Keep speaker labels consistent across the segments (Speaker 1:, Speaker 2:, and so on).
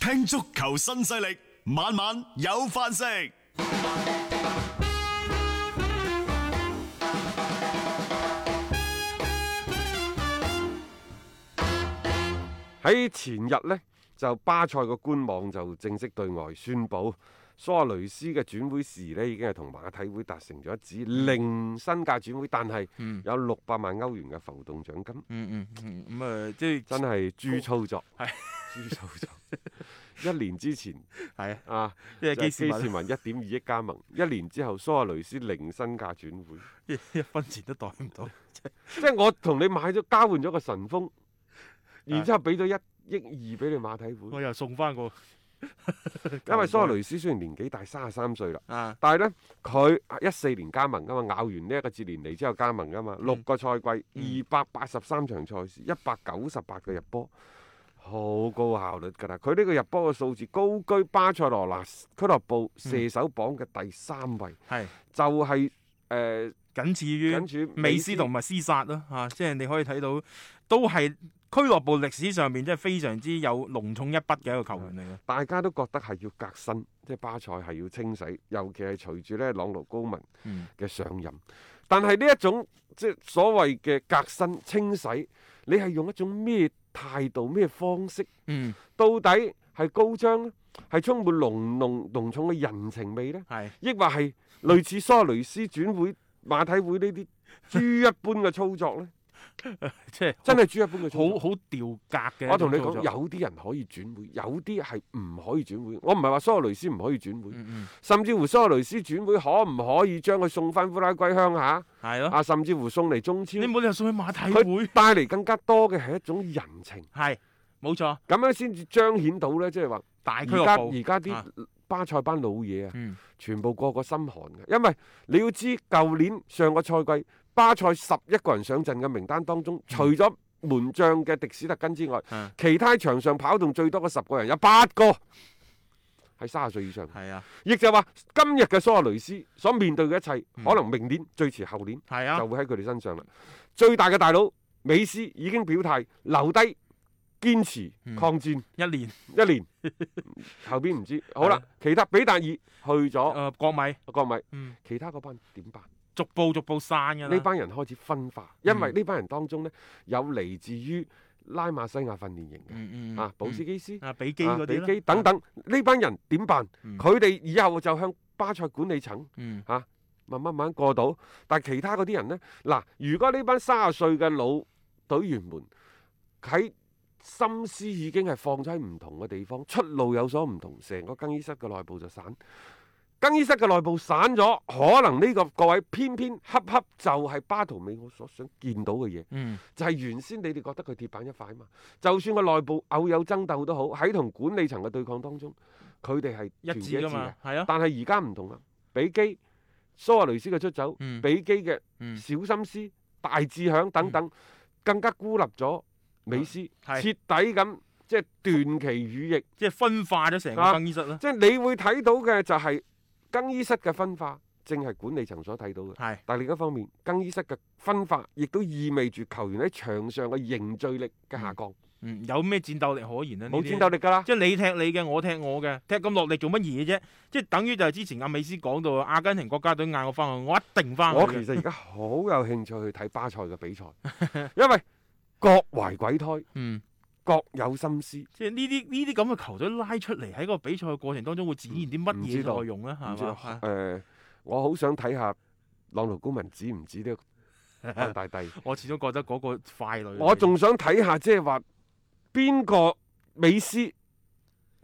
Speaker 1: 聽足球新勢力，晚晚有飯食。
Speaker 2: 喺前日呢，就巴塞個官網就正式對外宣布，蘇亞雷斯嘅轉會事宜呢已經係同馬體會達成咗一致，零身價轉會，但係
Speaker 3: 嗯
Speaker 2: 有六百萬歐元嘅浮動獎金，
Speaker 3: 嗯嗯嗯，咁、啊，即係
Speaker 2: 真係豬操作，
Speaker 3: 係
Speaker 2: 豬操作。一年之前
Speaker 3: 係啊，
Speaker 2: 啊，
Speaker 3: 因為
Speaker 2: 就係
Speaker 3: 基士
Speaker 2: 基
Speaker 3: 文
Speaker 2: 士文一點二億加盟，一年之後蘇亞雷斯零身價轉會，
Speaker 3: 一一分錢都袋唔到，
Speaker 2: 即係我同你買咗交換咗個神風，然之後俾咗一億二俾你馬體會
Speaker 3: 我。又送翻個舊
Speaker 2: 因為蘇亞
Speaker 3: 袋
Speaker 2: 雷斯雖然年紀大，三十三歲啦，
Speaker 3: 啊，
Speaker 2: 但係呢，佢啊一四年加盟噶嘛，咬完呢一個哲連尼之後加盟噶嘛，六個賽季
Speaker 3: 嗯
Speaker 2: 二百八十三場賽事，一百九十八個入波，好高效率㗎啦！佢呢個入波嘅數字高居巴塞羅那俱樂部射手榜嘅第三位，
Speaker 3: 係
Speaker 2: 就係、誒
Speaker 3: 僅次於
Speaker 2: 緊住
Speaker 3: 美斯同埋斯薩啦，嚇、即係你可以睇到都係俱樂部歷史上面即係非常之有隆重一筆嘅一個球員嚟嘅。
Speaker 2: 大家都覺得係要革新，即係巴塞係要清洗，尤其係隨住呢朗奴高文。
Speaker 3: 嗯，
Speaker 2: 嘅上任。但係呢一種即係所謂嘅革新清洗，你係用一種咩態度、咩方式？
Speaker 3: 嗯，
Speaker 2: 到底係高張呢？係充滿濃濃濃重嘅人情味呢？
Speaker 3: 係
Speaker 2: 抑或係類似蘇亞雷斯轉會馬體會呢啲豬一般嘅操作呢？
Speaker 3: 即係
Speaker 2: 真係豬一般嘅操
Speaker 3: 好
Speaker 2: 作。
Speaker 3: 好掉格嘅一種操作。
Speaker 2: 我同你講，有啲人可以轉會，有啲係唔可以轉會。我唔係話蘇亞雷斯唔可以轉會，
Speaker 3: 嗯嗯，
Speaker 2: 甚至乎蘇亞雷斯轉會可唔可以將佢送翻烏拉圭鄉下
Speaker 3: 係咯。
Speaker 2: 啊？甚至乎送嚟中超
Speaker 3: 你。冇理由送去馬體
Speaker 2: 佢
Speaker 3: 會，
Speaker 2: 帶嚟更加多嘅係一種人情，
Speaker 3: 係冇錯，
Speaker 2: 咁樣先至彰顯到呢，即係話
Speaker 3: 大
Speaker 2: 而
Speaker 3: 俱
Speaker 2: 家
Speaker 3: 樂部，
Speaker 2: 而家
Speaker 3: 啊
Speaker 2: 啲巴塞班老嘢啊，
Speaker 3: 嗯，
Speaker 2: 全部個個心寒嘅，因為你要知舊年上個賽季巴塞十一個人上陣嘅名單當
Speaker 3: 嗯
Speaker 2: 中，除咗門將嘅迪斯特根之外，
Speaker 3: 啊
Speaker 2: 其他場上跑動最多嘅十個人有八個係三十歲以上，
Speaker 3: 係啊，
Speaker 2: 亦就話今日嘅蘇亞雷斯所面對嘅一切，
Speaker 3: 嗯
Speaker 2: 可能明年最遲後年。
Speaker 3: 係啊
Speaker 2: 就，會喺佢哋身上啦。最大嘅大佬美斯已經表態留低，堅持
Speaker 3: 嗯
Speaker 2: 抗戰、
Speaker 3: 一年，
Speaker 2: 一 年，後邊唔知。好啦，其他比達爾去咗
Speaker 3: 誒呃國米，
Speaker 2: 國米，
Speaker 3: 嗯，
Speaker 2: 其他嗰班點辦？
Speaker 3: 逐步逐步散㗎啦。
Speaker 2: 呢班人開始分化，因為
Speaker 3: 嗯
Speaker 2: 呢班人當中呢，有嚟自於拉馬西亞訓練營嘅
Speaker 3: 嗯嗯
Speaker 2: 啊，保斯
Speaker 3: 斯
Speaker 2: 基斯、
Speaker 3: 啊，比基
Speaker 2: 啊
Speaker 3: 嗰啲
Speaker 2: 比
Speaker 3: 啦
Speaker 2: 基等，等，呢班人點辦？
Speaker 3: 嗯
Speaker 2: 佢哋以後就向巴塞管理層。
Speaker 3: 嗯
Speaker 2: 慢慢慢慢過到。但係其他嗰啲人呢，嗱，如果呢班三十歲嘅老隊員們喺心思已經係放咗喺唔同嘅地方，出路有所唔同，成個更衣室嘅內部就散。更衣室嘅內部散咗，可能呢、個各位偏偏恰恰就係巴圖美我所想見到嘅嘢，
Speaker 3: 嗯
Speaker 2: 就係、原先你哋覺得佢鐵板一塊嘛。就算個內部偶有爭鬥都好，喺同管理層嘅對抗當中，佢哋係
Speaker 3: 一
Speaker 2: 團結
Speaker 3: 致㗎
Speaker 2: 嘅
Speaker 3: 嘛，係啊，
Speaker 2: 但係而家唔同啦，比基、蘇亞雷斯嘅出走，
Speaker 3: 嗯
Speaker 2: 比基嘅
Speaker 3: 嗯
Speaker 2: 小心思、大志向等等，更加孤立咗美斯，
Speaker 3: 嗯係
Speaker 2: 徹底咁即係斷其羽翼。
Speaker 3: 即係分化咗成個
Speaker 2: 啊
Speaker 3: 更衣室啦，
Speaker 2: 即係你會睇到嘅就係更衣室嘅分化，正係管理層所睇到嘅。
Speaker 3: 係
Speaker 2: 但係另一方面，更衣室嘅分化亦都意味住球員喺場上嘅凝聚力嘅下降，
Speaker 3: 嗯有咩戰鬥力可言啊？呢
Speaker 2: 冇
Speaker 3: 啲
Speaker 2: 戰鬥力㗎啦。
Speaker 3: 即係你踢你嘅，我踢我嘅，踢咁落力做乜嘢啫？即係等於就係之前阿美斯講到，阿根廷國家隊嗌我翻去，我一定翻去
Speaker 2: 我
Speaker 3: 嘅嗯
Speaker 2: 其實而家好有興趣去睇巴塞嘅比賽， 因為各懷鬼胎。
Speaker 3: 嗯，
Speaker 2: 各有心思，
Speaker 3: 即係呢啲呢啲咁嘅球隊拉出嚟喺個比賽嘅過程當中會展現啲乜
Speaker 2: 唔知道
Speaker 3: 嘢內容咧？
Speaker 2: 唔
Speaker 3: 係
Speaker 2: 知道
Speaker 3: 嘛？
Speaker 2: 誒、
Speaker 3: 啊
Speaker 2: 我好想睇下朗奴高文指唔指呢 個安大帝，
Speaker 3: 我始終覺得嗰個快女，
Speaker 2: 我仲想睇下即係話邊個美斯，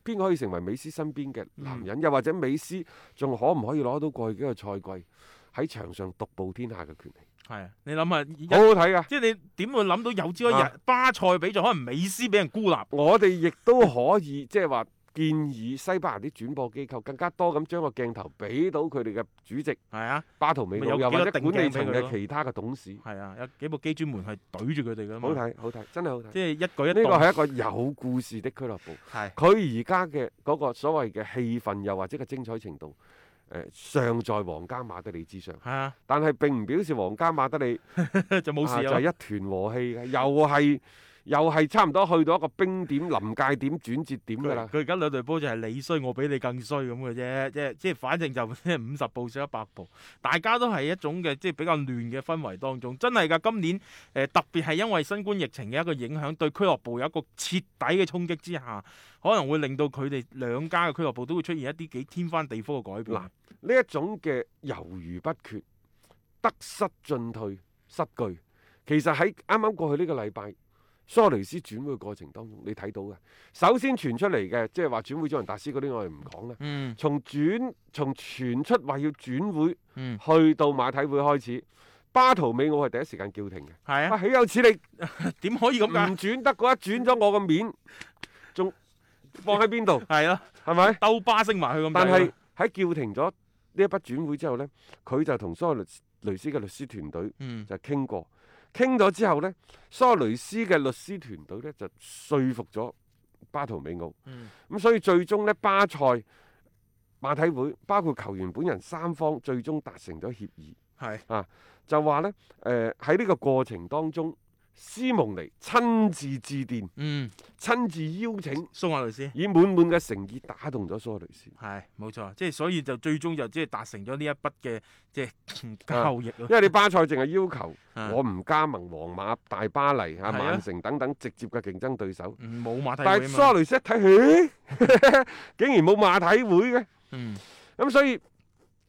Speaker 2: 邊個可以成為美斯身邊嘅男人，又或者美斯仲可唔可以攞到過去幾個賽季喺場上獨步天下嘅權利？
Speaker 3: 係你諗下一
Speaker 2: 好，好睇啊！
Speaker 3: 即係你點會諗到有朝一日、
Speaker 2: 啊
Speaker 3: 巴塞比賽可能美斯俾人孤立？
Speaker 2: 我哋亦都可以即係話建議西班牙啲轉播機構更加多咁將個鏡頭俾到佢哋嘅主席
Speaker 3: 係啊，
Speaker 2: 巴圖美
Speaker 3: 咪有
Speaker 2: 魯，又
Speaker 3: 幾
Speaker 2: 或
Speaker 3: 多
Speaker 2: 者
Speaker 3: 定
Speaker 2: 管理
Speaker 3: 鏡俾
Speaker 2: 層
Speaker 3: 佢
Speaker 2: 嘅
Speaker 3: 咯
Speaker 2: 其他嘅董事。
Speaker 3: 係啊，有幾部機專門係懟住佢哋啊噶嘛。
Speaker 2: 好，睇，好睇，真係好睇。
Speaker 3: 即係一舉一
Speaker 2: 呢個
Speaker 3: 動。
Speaker 2: 係一個有故事的俱樂部，
Speaker 3: 係
Speaker 2: 佢而家嘅嗰個所謂嘅氣氛，又或者嘅精彩程度，誒、尚在皇家馬德里之上。
Speaker 3: 係啊，
Speaker 2: 但係並唔表示皇家馬德里
Speaker 3: 就冇事
Speaker 2: 啊就
Speaker 3: 啦
Speaker 2: 係。一團和氣嘅，又係又係差唔多去到一個冰點、臨界點、轉折點㗎
Speaker 3: 佢
Speaker 2: 啦。
Speaker 3: 佢而家兩隊波就係你衰，我比你更衰咁嘅啫，即係即係反正就 即係五十步笑一百步，大家都係一種嘅即係比較亂嘅氛圍當中，真係㗎。今年誒、呃特別係因為新冠疫情嘅一個影響，對俱樂部有一個徹底嘅衝擊之下，可能會令到佢哋兩家嘅俱樂部都會出現一啲幾天翻地覆嘅改變。
Speaker 2: 嗱呢一種嘅猶豫不決、得失進退、失據，其實喺啱啱過去呢個禮拜，蘇尼斯轉會過程當中，你睇到嘅。首先傳出嚟嘅，即係話轉會咗人達斯嗰啲，我哋唔講啦。
Speaker 3: 嗯
Speaker 2: 從轉從傳出話要轉會，
Speaker 3: 嗯，
Speaker 2: 去到馬體會開始，巴圖美奧係第一時間叫停嘅。
Speaker 3: 係
Speaker 2: 啊，
Speaker 3: 啊，
Speaker 2: 豈有此理！
Speaker 3: 點可以咁
Speaker 2: 唔
Speaker 3: 㗎？
Speaker 2: 轉得嗰一轉咗我個面，仲放喺邊度？
Speaker 3: 係啊，
Speaker 2: 係咪？
Speaker 3: 兜巴升埋去咁滯啊。
Speaker 2: 但係喺叫停咗呢一筆轉會之後呢，佢就同蘇亞雷斯雷斯嘅律師團隊
Speaker 3: 嗯
Speaker 2: 就傾過，傾咗之後呢，蘇亞雷斯嘅律師團隊呢就說服咗巴圖美奧，
Speaker 3: 嗯
Speaker 2: 咁所以最終呢，巴塞、馬體會包括球員本人三方最終達成咗協議，
Speaker 3: 係
Speaker 2: 就話呢，誒喺呢個過程當中，斯蒙尼親自致電、
Speaker 3: 嗯，
Speaker 2: 親自邀請，
Speaker 3: 蘇亞雷斯。
Speaker 2: 以滿滿嘅誠意打動咗蘇亞雷斯。
Speaker 3: 係冇錯，即係所以就最終就即係達成咗呢一筆嘅即係嗯交易咯。
Speaker 2: 啊因為你巴塞淨係要求
Speaker 3: 啊
Speaker 2: 我唔加盟皇馬、大巴黎、
Speaker 3: 係啊
Speaker 2: 啊曼城等等直接嘅競爭對手。
Speaker 3: 嗯冇馬體
Speaker 2: 但係
Speaker 3: 會啊
Speaker 2: 蘇
Speaker 3: 嘛。
Speaker 2: 亞雷斯一 睇，咦竟然冇馬體會嘅，
Speaker 3: 嗯，
Speaker 2: 咁所以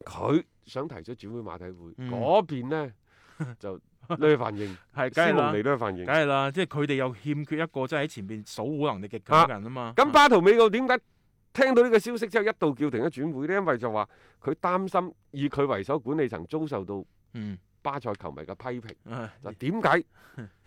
Speaker 2: 佢想提出轉會馬體會，
Speaker 3: 嗯
Speaker 2: 嗰、邊 呢就呢反應，
Speaker 3: 係 梗
Speaker 2: 斯
Speaker 3: 係啦
Speaker 2: 蒙，尼呢反應
Speaker 3: 梗。係啦，即係佢哋又欠缺一個即係喺前邊數好能力極強嘅人啊嘛。
Speaker 2: 咁巴圖美奧點解聽到呢個消息之後一度叫停咗轉會呢？因為就話佢擔心以佢為首管理層遭受到
Speaker 3: 嗯，
Speaker 2: 巴塞球迷嘅批評，
Speaker 3: 唉
Speaker 2: 就點解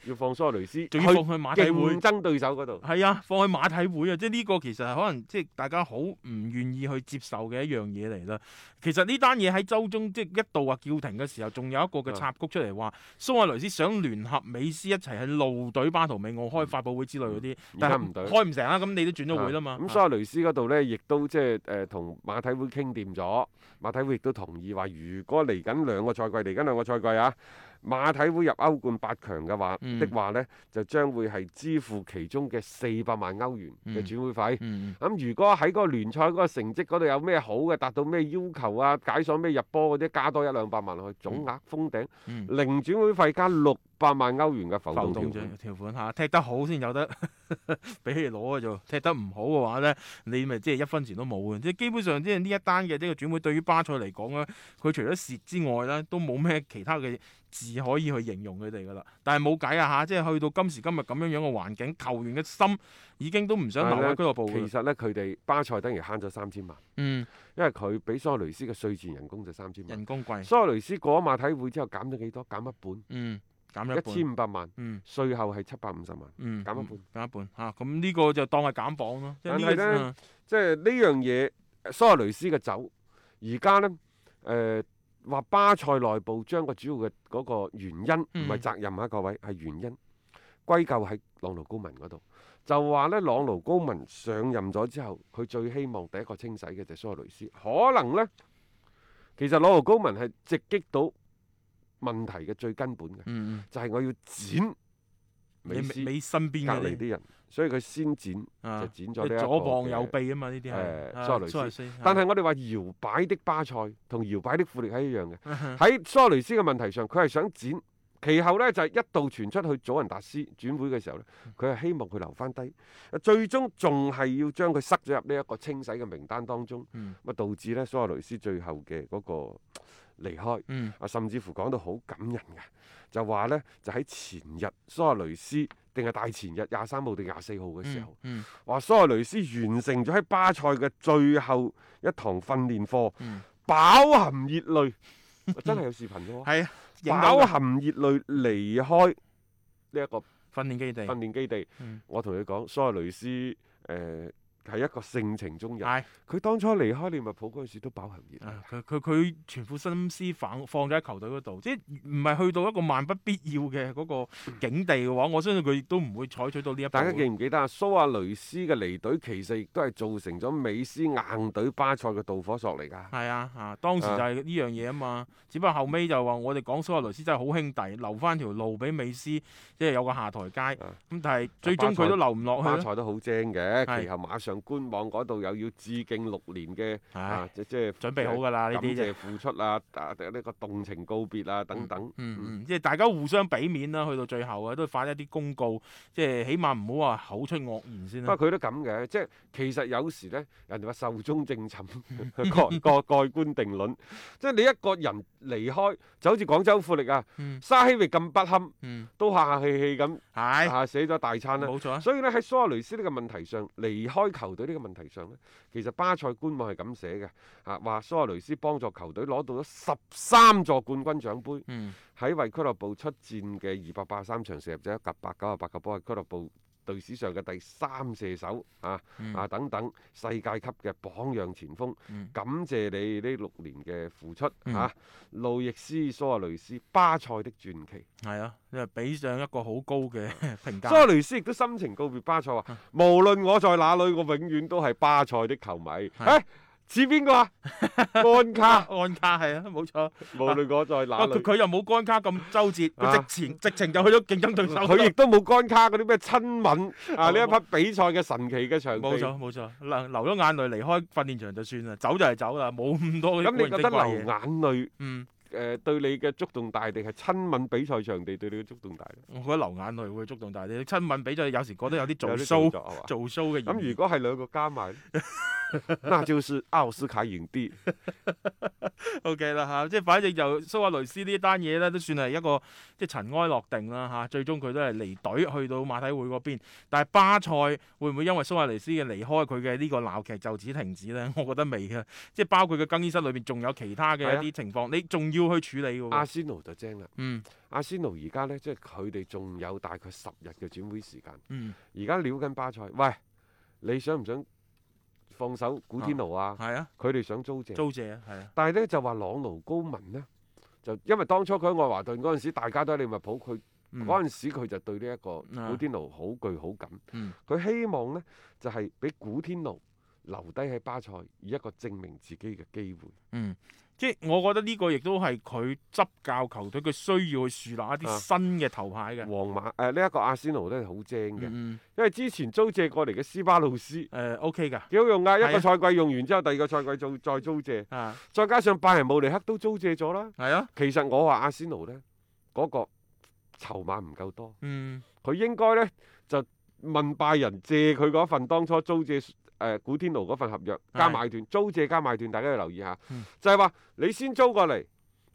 Speaker 2: 要放蘇亞雷斯
Speaker 3: 仲
Speaker 2: 去
Speaker 3: 要放去馬體會
Speaker 2: 競。爭對手嗰度。
Speaker 3: 係啊，放去馬體會啊，即係呢個其實係可能即係大家好唔願意去接受嘅一樣嘢嚟啦。其實呢單嘢喺周中即係一度話叫停嘅時候，仲有一個
Speaker 2: 啊
Speaker 3: 嘅插曲出嚟話，蘇亞雷斯想聯合美斯一齊去路隊巴圖美奧開發佈會之類嗰啲，
Speaker 2: 嗯而
Speaker 3: 但
Speaker 2: 家
Speaker 3: 係
Speaker 2: 唔對
Speaker 3: 開唔成啊啦。咁你都轉咗會啦嘛
Speaker 2: 啊。咁所以雷斯嗰度呢，亦都即係誒同馬體會傾掂咗，馬體會亦都同意話，如果嚟緊兩個賽季，嚟緊兩個賽季啊，馬體會入歐冠八強嘅話、
Speaker 3: 嗯
Speaker 2: 的話呢，就將會係支付其中嘅四百萬歐元嘅轉會費。
Speaker 3: 嗯
Speaker 2: 咁、如果喺嗰個聯賽嗰個成績嗰度有咩好嘅，達到咩要求啊，解鎖咩入波嗰啲，加多一兩百萬落去，總額封頂，
Speaker 3: 嗯，
Speaker 2: 零轉會費加六百萬歐元嘅浮
Speaker 3: 浮
Speaker 2: 動條
Speaker 3: 動條
Speaker 2: 款。
Speaker 3: 條款嚇，踢得好先有得 俾你攞嘅啫。踢得唔好嘅話咧，你咪即係一分錢都冇嘅。即係基本上即係呢一單嘅呢個轉會，對於巴塞嚟講咧，佢除咗蝕之外咧，都冇咩其他嘅字可以去形容佢哋噶啦。但係冇計啊嚇，即係去到今時今日咁樣樣嘅環境，球員嘅心已經都唔想留喺俱樂部
Speaker 2: 啊其
Speaker 3: 嘅。
Speaker 2: 實呢，佢哋巴塞等於慳咗三千萬。
Speaker 3: 嗯，
Speaker 2: 因為佢比蘇亞雷斯嘅稅前人工就三千萬，
Speaker 3: 人工貴，
Speaker 2: 蘇亞雷斯過咗馬體會之後減咗幾多？減一
Speaker 3: 嗯，減
Speaker 2: 半，
Speaker 3: 咗
Speaker 2: 一
Speaker 3: 一半，
Speaker 2: 千五百萬，
Speaker 3: 嗯
Speaker 2: 稅後係七百五十萬。
Speaker 3: 嗯，
Speaker 2: 減一
Speaker 3: 半，減一半嚇。咁呢個就當係減磅咯。即係
Speaker 2: 但
Speaker 3: 呢
Speaker 2: 係
Speaker 3: 個
Speaker 2: 呢
Speaker 3: 嗯
Speaker 2: 即係呢樣嘢，蘇亞雷斯嘅走，而家呢，誒話巴塞內部將個主要嘅嗰個原因，唔係
Speaker 3: 嗯
Speaker 2: 責任啊，各位係原因歸咎喺朗奴高文嗰度，就話呢，朗奴高文上任咗之後，佢最希望第一個清洗嘅就係蘇亞雷斯，可能呢，其實朗奴高文係直擊到問題嘅最根本嘅，
Speaker 3: 嗯，
Speaker 2: 就係、我要剪
Speaker 3: 你
Speaker 2: 美斯
Speaker 3: 美身邊
Speaker 2: 隔
Speaker 3: 嗰
Speaker 2: 離
Speaker 3: 啲
Speaker 2: 啲人，所以佢先剪
Speaker 3: 啊
Speaker 2: 就剪咗呢一個
Speaker 3: 左膀右
Speaker 2: 嘅
Speaker 3: 臂啊嘛，呢啲
Speaker 2: 誒
Speaker 3: 係啊
Speaker 2: 蘇亞雷斯
Speaker 3: 蘇亞斯
Speaker 2: 但
Speaker 3: 係
Speaker 2: 係我哋話搖擺的巴塞同搖擺的富力係一樣嘅。
Speaker 3: 嗯
Speaker 2: 喺蘇亞雷斯嘅問題上，佢係想剪，其後呢，就係一度傳出去祖雲達斯轉會嘅時候呢，
Speaker 3: 嗯
Speaker 2: 佢係希望佢留翻低，最終仲係要將佢塞咗入呢一個清洗嘅名單當中，
Speaker 3: 嗯
Speaker 2: 咁啊導致呢蘇亞雷斯最後嘅嗰個離開。
Speaker 3: 嗯
Speaker 2: 啊，甚至乎講到好感人嘅，就話呢，就喺前日蘇亞雷斯定係大前日廿三號定廿四號嘅時候，
Speaker 3: 嗯
Speaker 2: 話蘇亞雷斯完成咗喺巴塞嘅最後一堂訓練課，
Speaker 3: 嗯
Speaker 2: 飽含熱淚， 真係有視頻嘅喎，
Speaker 3: 係啊，影到
Speaker 2: 飽
Speaker 3: 嘅
Speaker 2: 含熱淚離開呢一個
Speaker 3: 訓練基地
Speaker 2: 訓練基地。
Speaker 3: 嗯
Speaker 2: 我同你講，蘇亞雷斯誒、呃係一個性情中人。
Speaker 3: 係
Speaker 2: 佢當初離開利物浦嗰陣時都飽含熱淚。
Speaker 3: 啊佢佢佢全副心思放放咗喺球隊嗰度，即係唔係去到一個萬不必要嘅嗰個境地嘅話，我相信佢亦都唔會採取到呢一
Speaker 2: 嗯
Speaker 3: 步。
Speaker 2: 大家記唔記得啊？蘇亞雷斯嘅離隊其實亦都係造成咗美斯硬隊巴塞嘅導火索嚟㗎。
Speaker 3: 係啊，啊當時就係呢樣嘢啊嘛，只不過後尾就話我哋講蘇亞雷斯真係好兄弟，留翻條路俾美斯，即係有個下台階。
Speaker 2: 啊
Speaker 3: 咁但係最終佢都留唔落
Speaker 2: 巴
Speaker 3: 去啦。
Speaker 2: 塞都好精嘅，
Speaker 3: 係
Speaker 2: 其後馬上官網嗰度又要致敬六年嘅啊
Speaker 3: 唉，，
Speaker 2: 即即係
Speaker 3: 準備好㗎啦，呢
Speaker 2: 感
Speaker 3: 啲就
Speaker 2: 謝付出啊，啊呢個動情告別啊等等。
Speaker 3: 嗯嗯，即係大家互相俾面啦，去到最後啊，都發一啲公告，即係起碼唔好話口出惡言先
Speaker 2: 不
Speaker 3: 啦。
Speaker 2: 過佢都咁嘅，即係其實有時呢，人哋話壽終正 寢， 蓋蓋蓋棺定論。即係你一個人離開，就好似廣州富力啊，
Speaker 3: 嗯
Speaker 2: 沙希域咁不堪，
Speaker 3: 嗯，
Speaker 2: 都客客氣氣咁
Speaker 3: 係
Speaker 2: 啊寫咗大餐啦。
Speaker 3: 冇錯啊。
Speaker 2: 所以呢，喺蘇亞雷斯呢個問題上，離開球隊呢個問題上呢，其實巴塞官網係咁寫嘅，啊話蘇亞雷斯幫助球隊攞到咗十三座冠軍獎杯。
Speaker 3: 嗯，
Speaker 2: 喺為俱樂部出戰嘅二百八十三場射入咗一及八九十八個波，係俱樂部隊史上嘅第三射手啊
Speaker 3: 嗯
Speaker 2: 啊等等世界級嘅榜樣前鋒。
Speaker 3: 嗯
Speaker 2: 感謝你呢六年嘅付出
Speaker 3: 嗯
Speaker 2: 啊！路易斯蘇亞雷斯巴塞的傳奇，
Speaker 3: 係啊，你係俾上一個好高嘅
Speaker 2: 蘇
Speaker 3: 評價。
Speaker 2: 亞雷斯亦都深情告別巴塞
Speaker 3: 啊
Speaker 2: 話：無論我在哪裏，我永遠都係巴塞的球迷。
Speaker 3: 啊
Speaker 2: 誒似邊個啊？安卡，
Speaker 3: 按卡係啊，冇錯。
Speaker 2: 無論我在
Speaker 3: 啊
Speaker 2: 哪 裏
Speaker 3: 佢。佢又冇干卡咁周折，
Speaker 2: 啊
Speaker 3: 佢直前直情就去咗競爭對手嗰度。
Speaker 2: 佢亦都冇干卡嗰啲咩親吻啊！呢一匹比賽嘅神奇嘅場地。
Speaker 3: 冇錯冇錯，流流咗眼淚離開訓練場就算啦，走就係走啦，冇咁多
Speaker 2: 咁
Speaker 3: 啲
Speaker 2: 你
Speaker 3: 古靈
Speaker 2: 覺
Speaker 3: 精
Speaker 2: 得流
Speaker 3: 怪
Speaker 2: 眼
Speaker 3: 嘢。
Speaker 2: 淚
Speaker 3: 嗯，
Speaker 2: 誒、對你嘅觸動大定係親吻比賽場地對你嘅觸動大咧？
Speaker 3: 我覺得流眼淚會觸動大啲，親吻比賽有時覺得有啲做
Speaker 2: 有啲
Speaker 3: show
Speaker 2: 動作係嘛？
Speaker 3: 做 show 嘅嫌
Speaker 2: 咁
Speaker 3: 疑
Speaker 2: 如果係兩個加 埋咧，那就是奧斯卡影帝。
Speaker 3: O K 啦嚇，即係反正就蘇亞雷斯呢單嘢咧，都算係一個即係塵埃落定啦嚇。最終佢都係離隊去到馬體會嗰邊，但係巴塞會唔會因為蘇亞雷斯嘅離開，佢嘅呢個鬧劇就此停止 咧？我覺得未啊，即係包括佢更衣室裏邊仲有其他嘅
Speaker 2: 係啊啊
Speaker 3: 一啲情況，你仲要去處理嘅
Speaker 2: 阿
Speaker 3: 喎。
Speaker 2: 仙奴就精啦，
Speaker 3: 嗯
Speaker 2: 阿仙奴而家呢，即係佢哋仲有大概十日嘅轉會時間，
Speaker 3: 嗯，
Speaker 2: 而家撩緊巴塞。喂，你想唔想放手古天奴啊？
Speaker 3: 係啊，
Speaker 2: 佢哋想租借。
Speaker 3: 租借啊，係啊，
Speaker 2: 但係咧就話朗奴高文呢，就因為當初佢喺愛華頓嗰陣時，大家都喺利物浦，佢
Speaker 3: 嗯
Speaker 2: 嗰陣時佢就對呢一個
Speaker 3: 啊
Speaker 2: 古天奴好具好感。
Speaker 3: 嗯
Speaker 2: 佢希望呢，就係、俾古天奴留低喺巴塞，以一個證明自己嘅機會。
Speaker 3: 嗯，即係我覺得呢個亦都係佢執教球隊，佢需要去樹立一
Speaker 2: 啊嗯
Speaker 3: 啲新嘅頭牌嘅。
Speaker 2: 皇馬誒呢一個阿仙奴呢，好精嘅，
Speaker 3: 嗯
Speaker 2: 因為之前租借過嚟嘅斯巴魯斯幾
Speaker 3: 嗯，誒 O K 㗎，
Speaker 2: 好用㗎，
Speaker 3: 係啊
Speaker 2: 一個賽季用完之後，第二個賽季做再租借，
Speaker 3: 啊
Speaker 2: 再加上拜仁慕尼黑都租借咗啦。
Speaker 3: 係啊，
Speaker 2: 其實我話阿仙奴呢，嗰、個籌碼唔夠多。
Speaker 3: 嗯
Speaker 2: 佢應該呢，就問拜仁借佢嗰份當初租借誒、呃古天奴嗰份合約加
Speaker 3: 係
Speaker 2: 買斷，租借加買斷，大家要留意下，
Speaker 3: 嗯
Speaker 2: 就係話你先租過嚟。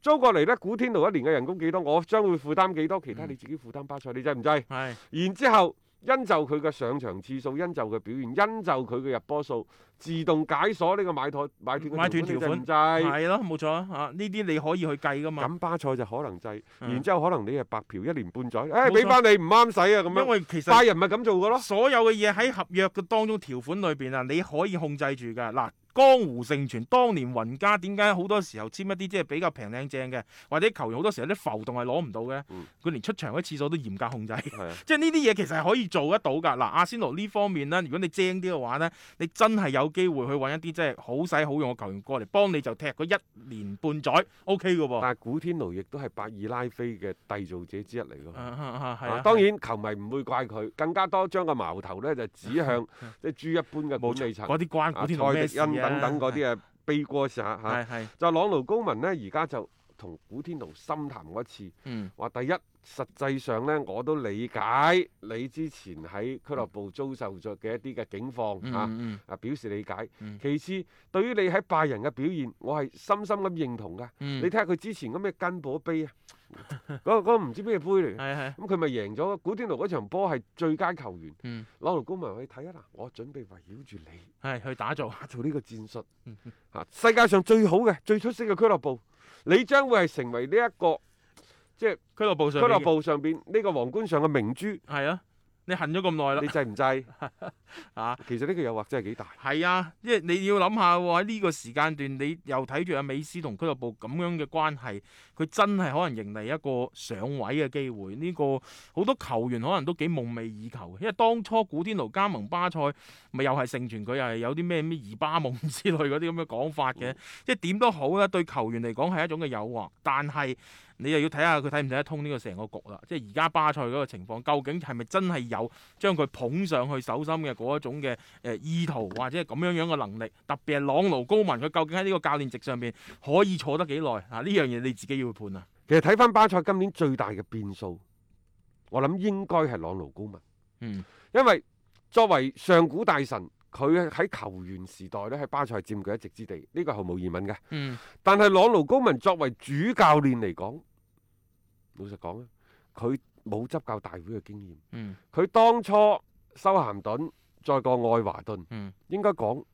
Speaker 2: 租過嚟呢，古天奴一年嘅人工幾多，我將會負擔幾多，其他
Speaker 3: 嗯
Speaker 2: 你自己負擔巴塞，你制唔制？
Speaker 3: 係。
Speaker 2: 然之後，因就佢嘅上場次數，因就佢表現，因就佢嘅入波數，自動解鎖呢個買斷買斷
Speaker 3: 買
Speaker 2: 嘅
Speaker 3: 斷
Speaker 2: 條
Speaker 3: 條
Speaker 2: 款，
Speaker 3: 款
Speaker 2: 你制唔制？
Speaker 3: 係咯，冇錯啊！啊呢啲你可以去計噶嘛，
Speaker 2: 咁巴塞就可能制，
Speaker 3: 嗯
Speaker 2: 然之後可能你係白嫖一年半載，誒
Speaker 3: 冇錯
Speaker 2: 俾翻你唔啱使啊咁
Speaker 3: 因
Speaker 2: 樣，
Speaker 3: 為其
Speaker 2: 拜
Speaker 3: 實
Speaker 2: 仁咪咁做嘅咯。
Speaker 3: 所有嘅嘢喺合約嘅當中條款裏邊啊，你可以控制住㗎。嗱，江湖盛傳，當年雲家點解好多時候簽一啲即係比較平靚正嘅，或者球員好多時候啲浮動係攞唔到嘅，佢、
Speaker 2: 嗯
Speaker 3: 連出場嗰次數都嚴格控制。
Speaker 2: 係啊，
Speaker 3: 即係呢啲嘢其實係可以做得到㗎。嗱，阿仙奴呢方面呢，如果你精啲嘅話呢，你真係有機會去揾一啲即係好使好用嘅球員過嚟幫你就踢嗰一年半載，OK 嘅喎。
Speaker 2: 但係古天奴亦都係伯爾拉菲嘅締造者之一嚟㗎。
Speaker 3: 啊啊啊係
Speaker 2: 啊
Speaker 3: 啊，
Speaker 2: 當然球迷唔會怪佢，更加多將個矛頭咧就指 向即係豬一般嘅
Speaker 3: 嗯冇
Speaker 2: 管
Speaker 3: 錯
Speaker 2: 理層，
Speaker 3: 嗰啲關
Speaker 2: 啊
Speaker 3: 古天奴
Speaker 2: 蔡
Speaker 3: 咩
Speaker 2: 迪
Speaker 3: 事啊
Speaker 2: 恩等等嗰，啲啊啊背過下嚇。
Speaker 3: 係係
Speaker 2: 就朗奴高文呢，而家就同古天奴深談過一次，
Speaker 3: 嗯
Speaker 2: 話第一實際上呢，我都理解你之前喺俱樂部遭受咗嘅一啲嘅境況
Speaker 3: 嗯
Speaker 2: 嚇。啊
Speaker 3: 嗯
Speaker 2: 啊表示理解。
Speaker 3: 嗯
Speaker 2: 其次，對於你喺拜仁嘅表現，我係深深咁認同㗎。
Speaker 3: 嗯，
Speaker 2: 你睇下佢之前嗰咩根寶杯啊，嗰嗰個唔知咩杯嚟嘅，
Speaker 3: 係係
Speaker 2: 咁佢咪贏咗？古天奴嗰場波係最佳球員，
Speaker 3: 嗯
Speaker 2: 朗奴高文話你睇啊嗱，我準備圍繞住你
Speaker 3: 係去打造，
Speaker 2: 打造呢個戰術
Speaker 3: 嗯嗯
Speaker 2: 啊，世界上最好嘅、最出色嘅俱樂部，你將會係成為呢、一個
Speaker 3: 俱樂部
Speaker 2: 俱
Speaker 3: 上面
Speaker 2: 樂部上邊呢個皇冠上嘅明珠，
Speaker 3: 係啊，你恨咗咁耐啦
Speaker 2: 你，制唔制？
Speaker 3: 啊！
Speaker 2: 其實呢個誘惑真係幾大。
Speaker 3: 係啊，即係你要諗下喎，喺呢個時間段，你又睇住阿美斯同俱樂部咁樣嘅關係，佢真係可能迎嚟一個上位嘅機會。呢、個好多球員可能都幾夢寐以求嘅，因為當初古天奴加盟巴塞，咪又係盛傳佢又係有啲咩咩二巴夢之類嗰啲咁嘅講法嘅。即係點都好啦，對球員嚟講係一種嘅誘惑，但係你又要睇下佢睇唔睇得通呢個成個局啦。即係而家巴塞嗰個情況，究竟係咪真係有將佢捧上去手心嘅嗰一種嘅誒、呃意圖，或者係咁樣樣嘅能力？特別係朗奴高文，佢究竟喺呢個教練席上面可以坐得幾耐啊？呢樣嘢你自己要判啊！
Speaker 2: 其實睇翻巴塞今年最大嘅變數，我諗應該係朗奴高文，
Speaker 3: 嗯，
Speaker 2: 因為作為上古大神，佢喺球員時代咧喺巴塞佔據一席之地，呢個係毫無疑問嘅。
Speaker 3: 嗯，
Speaker 2: 但係朗奴高文作為主教練嚟講，老實講啊，佢冇執教大會嘅經驗。
Speaker 3: 嗯，
Speaker 2: 佢當初修咸頓，再過愛華頓，
Speaker 3: 嗯，
Speaker 2: 應該講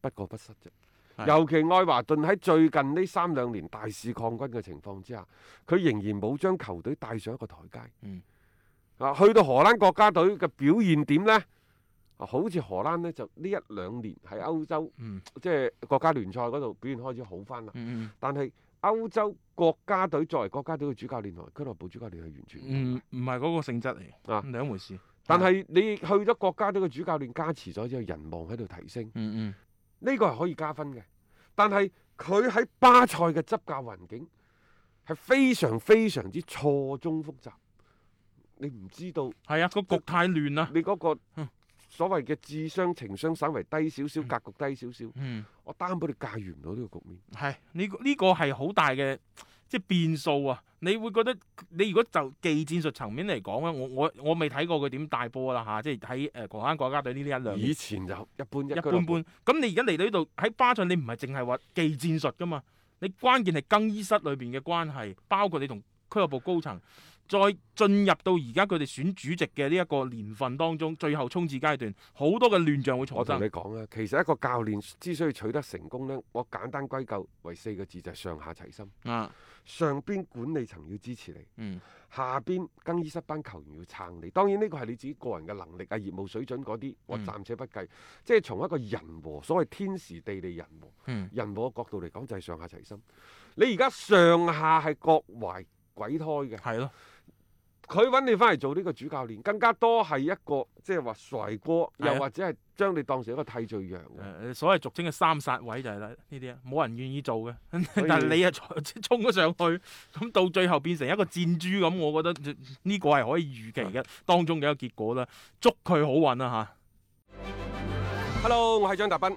Speaker 2: 不過不失啫。
Speaker 3: 係
Speaker 2: 尤其愛華頓喺最近呢三兩年大肆抗軍嘅情況之下，佢仍然冇將球隊帶上一個台階。
Speaker 3: 嗯
Speaker 2: 啊，去到荷蘭國家隊嘅表現點呢？啊好似荷蘭呢，就呢一兩年喺歐洲
Speaker 3: 嗯，
Speaker 2: 即係國家聯賽嗰度表現開始好翻啦。
Speaker 3: 嗯，
Speaker 2: 但係歐洲國家隊作為國家隊嘅主教練同埋俱樂部主教練係完全唔同嘅
Speaker 3: 嗯，唔係嗰個性質
Speaker 2: 啊
Speaker 3: 嚟，兩回事。啊
Speaker 2: 但係你去咗國家隊嘅主教練加持咗之後，人望喺度提升，
Speaker 3: 嗯嗯，
Speaker 2: 呢個係可以加分嘅。但係佢喺巴塞嘅執教環境係非常非常之錯綜複雜，你唔知 道
Speaker 3: 係啊，個局太亂啦。
Speaker 2: 你嗰個
Speaker 3: 嗯
Speaker 2: 所謂嘅智商、情商稍微低少少，格局低少少，
Speaker 3: 嗯。
Speaker 2: 我擔保你駕馭唔到呢個局面。
Speaker 3: 係呢、個呢、個係好大嘅即係變數啊！你會覺得你如果就技戰術層面嚟講咧，我我我未睇過佢點帶波啦吓，即係喺誒荷蘭國家隊呢啲一兩年
Speaker 2: 以前就一般一
Speaker 3: 一
Speaker 2: 俱
Speaker 3: 般
Speaker 2: 樂部
Speaker 3: 般。咁你而家嚟到呢度喺巴塞，你唔係淨係話技戰術噶嘛？你關鍵係更衣室裏邊嘅關係，包括你同俱樂部高層，再進入到而家佢哋選主席嘅呢一個年份當中，最後衝刺階段，好多嘅亂象會重
Speaker 2: 我同你
Speaker 3: 生。
Speaker 2: 講啦，其實一個教練之所以取得成功呢，我簡單歸咎為四個字就係上下齊心。
Speaker 3: 啊，
Speaker 2: 上邊管理層要支持你，
Speaker 3: 嗯
Speaker 2: 下邊更衣室班球員要撐你。當然呢個係你自己個人嘅能力啊、業務水準嗰啲，我
Speaker 3: 嗯
Speaker 2: 暫且不計。即係從一個人和，所謂天時地利人和，
Speaker 3: 嗯
Speaker 2: 人和嘅角度嚟講就係上下齊心。你而家上下係各懷鬼胎嘅，
Speaker 3: 係咯，
Speaker 2: 佢揾你翻嚟做呢個主教練，更加多係一個即係話甩鍋，
Speaker 3: 係
Speaker 2: 又
Speaker 3: 啊
Speaker 2: 或者係將你當成一個替罪羊
Speaker 3: 誒、
Speaker 2: 嘅。
Speaker 3: 呃所謂俗稱嘅三殺位就係啦，呢啲啊，冇人願意做嘅，
Speaker 2: 所以
Speaker 3: 但係你啊衝衝咗上去，咁到最後變成一個箭豬咁，我覺得呢個係可以預期
Speaker 2: 啊
Speaker 3: 嘅當中嘅一個結果啦。祝佢好運啦、吓！
Speaker 2: Hello，我係張達斌。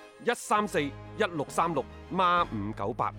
Speaker 2: 一三四一六三六孖五九八。